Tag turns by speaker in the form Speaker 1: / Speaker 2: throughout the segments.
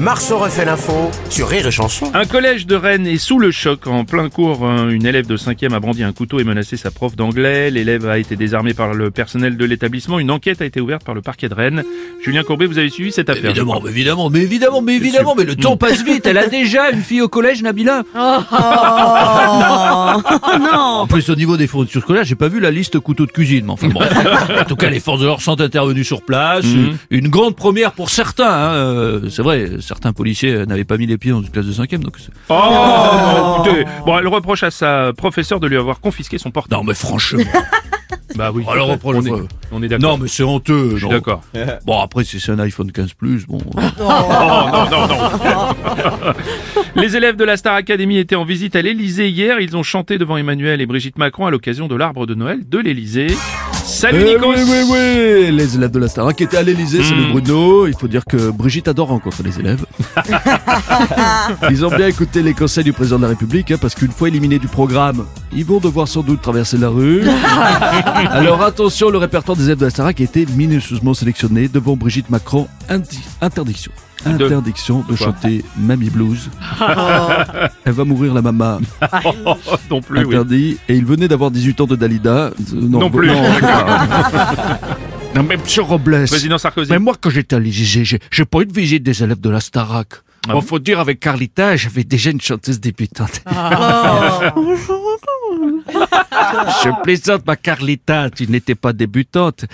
Speaker 1: Marceau refait l'info sur Rire et Chanson.
Speaker 2: Un collège de Rennes est sous le choc. En plein cours, un- une élève de 5e a brandi un couteau et menacé sa prof d'anglais. L'élève a été désarmé par le personnel de l'établissement. Une enquête a été ouverte par le parquet de Rennes. Julien Courbet, vous avez suivi cette affaire
Speaker 3: Évidemment, mais évidemment, mais évidemment, mais évidemment, mais le temps
Speaker 2: Mm.
Speaker 3: passe vite. Elle a déjà une fille au collège, Nabila. En plus, au niveau des fournitures scolaires, j'ai pas vu la liste couteaux de cuisine. Mais enfin, bref. En tout cas, les forces de l'ordre sont intervenues sur place.
Speaker 2: Mm.
Speaker 3: Une une grande première pour certains. hein. Euh, C'est vrai, certains policiers euh, n'avaient pas mis les pieds dans une classe de cinquième. Donc... c'est-
Speaker 2: Oh, non, écoutez. Bon, elle reproche à sa professeure de lui avoir confisqué son portable.
Speaker 3: Non, mais franchement.
Speaker 2: Bah oui.
Speaker 3: Oh, le reproche,
Speaker 2: on, est,
Speaker 3: ouais.
Speaker 2: on est d'accord.
Speaker 3: non, mais c'est honteux.
Speaker 2: Je suis
Speaker 3: non.
Speaker 2: d'accord.
Speaker 3: Bon, après, si c'est un iPhone 15 Plus, bon. euh,
Speaker 2: Les élèves de la Star Academy étaient en visite à l'Elysée hier. Ils ont chanté devant Emmanuel et Brigitte Macron à l'occasion de l'arbre de Noël de l'Elysée. Salut
Speaker 3: Eh
Speaker 2: Nikos Hmm.
Speaker 3: oui, oui, oui, les élèves de la Starac qui étaient à l'Elysée, c'est le Bruno. Il faut dire que Brigitte adore rencontrer les élèves. Ils ont bien écouté les conseils du président de la République, hein, parce qu'une fois éliminés du programme, ils vont devoir sans doute traverser la rue. Alors attention, le répertoire des élèves de la Starac a été minutieusement sélectionné devant Brigitte Macron. Indi- interdiction.
Speaker 2: De-
Speaker 3: Interdiction de,
Speaker 2: quoi
Speaker 3: chanter Mamie Blues. Elle va mourir la mama.
Speaker 2: Oh, non plus, oui.
Speaker 3: Interdit. Et il venait d'avoir 18 ans de Dalida. Euh,
Speaker 2: Non plus.
Speaker 3: faut pas. non mais monsieur Robles.
Speaker 2: Président Sarkozy.
Speaker 3: Mais moi, quand j'étais à l'Élysée, j'ai- j'ai pas eu de visite des élèves de la Starac.
Speaker 2: Ah
Speaker 3: Bon,
Speaker 2: bon
Speaker 3: faut dire, avec Carlita, j'avais déjà une chanteuse débutante. Je plaisante, ma Carlita, tu n'étais pas débutante,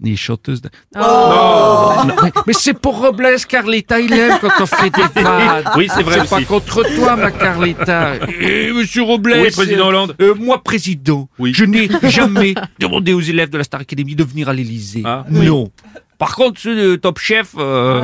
Speaker 3: ni chanteuse. de- Non, mais mais c'est pour Robles, Carlita, il aime quand on fait des vannes.
Speaker 2: Oui, c'est vrai
Speaker 3: Ah. C'est pas
Speaker 2: aussi.
Speaker 3: contre toi, ma Carlita. Eh, monsieur Robles.
Speaker 2: Oui, président Hollande.
Speaker 3: euh, euh, moi, président,
Speaker 2: Oui.
Speaker 3: je n'ai jamais demandé aux élèves de la Star Academy de venir à l'Élysée.
Speaker 2: Ah.
Speaker 3: Non. Par contre, ceux de Top Chef, euh,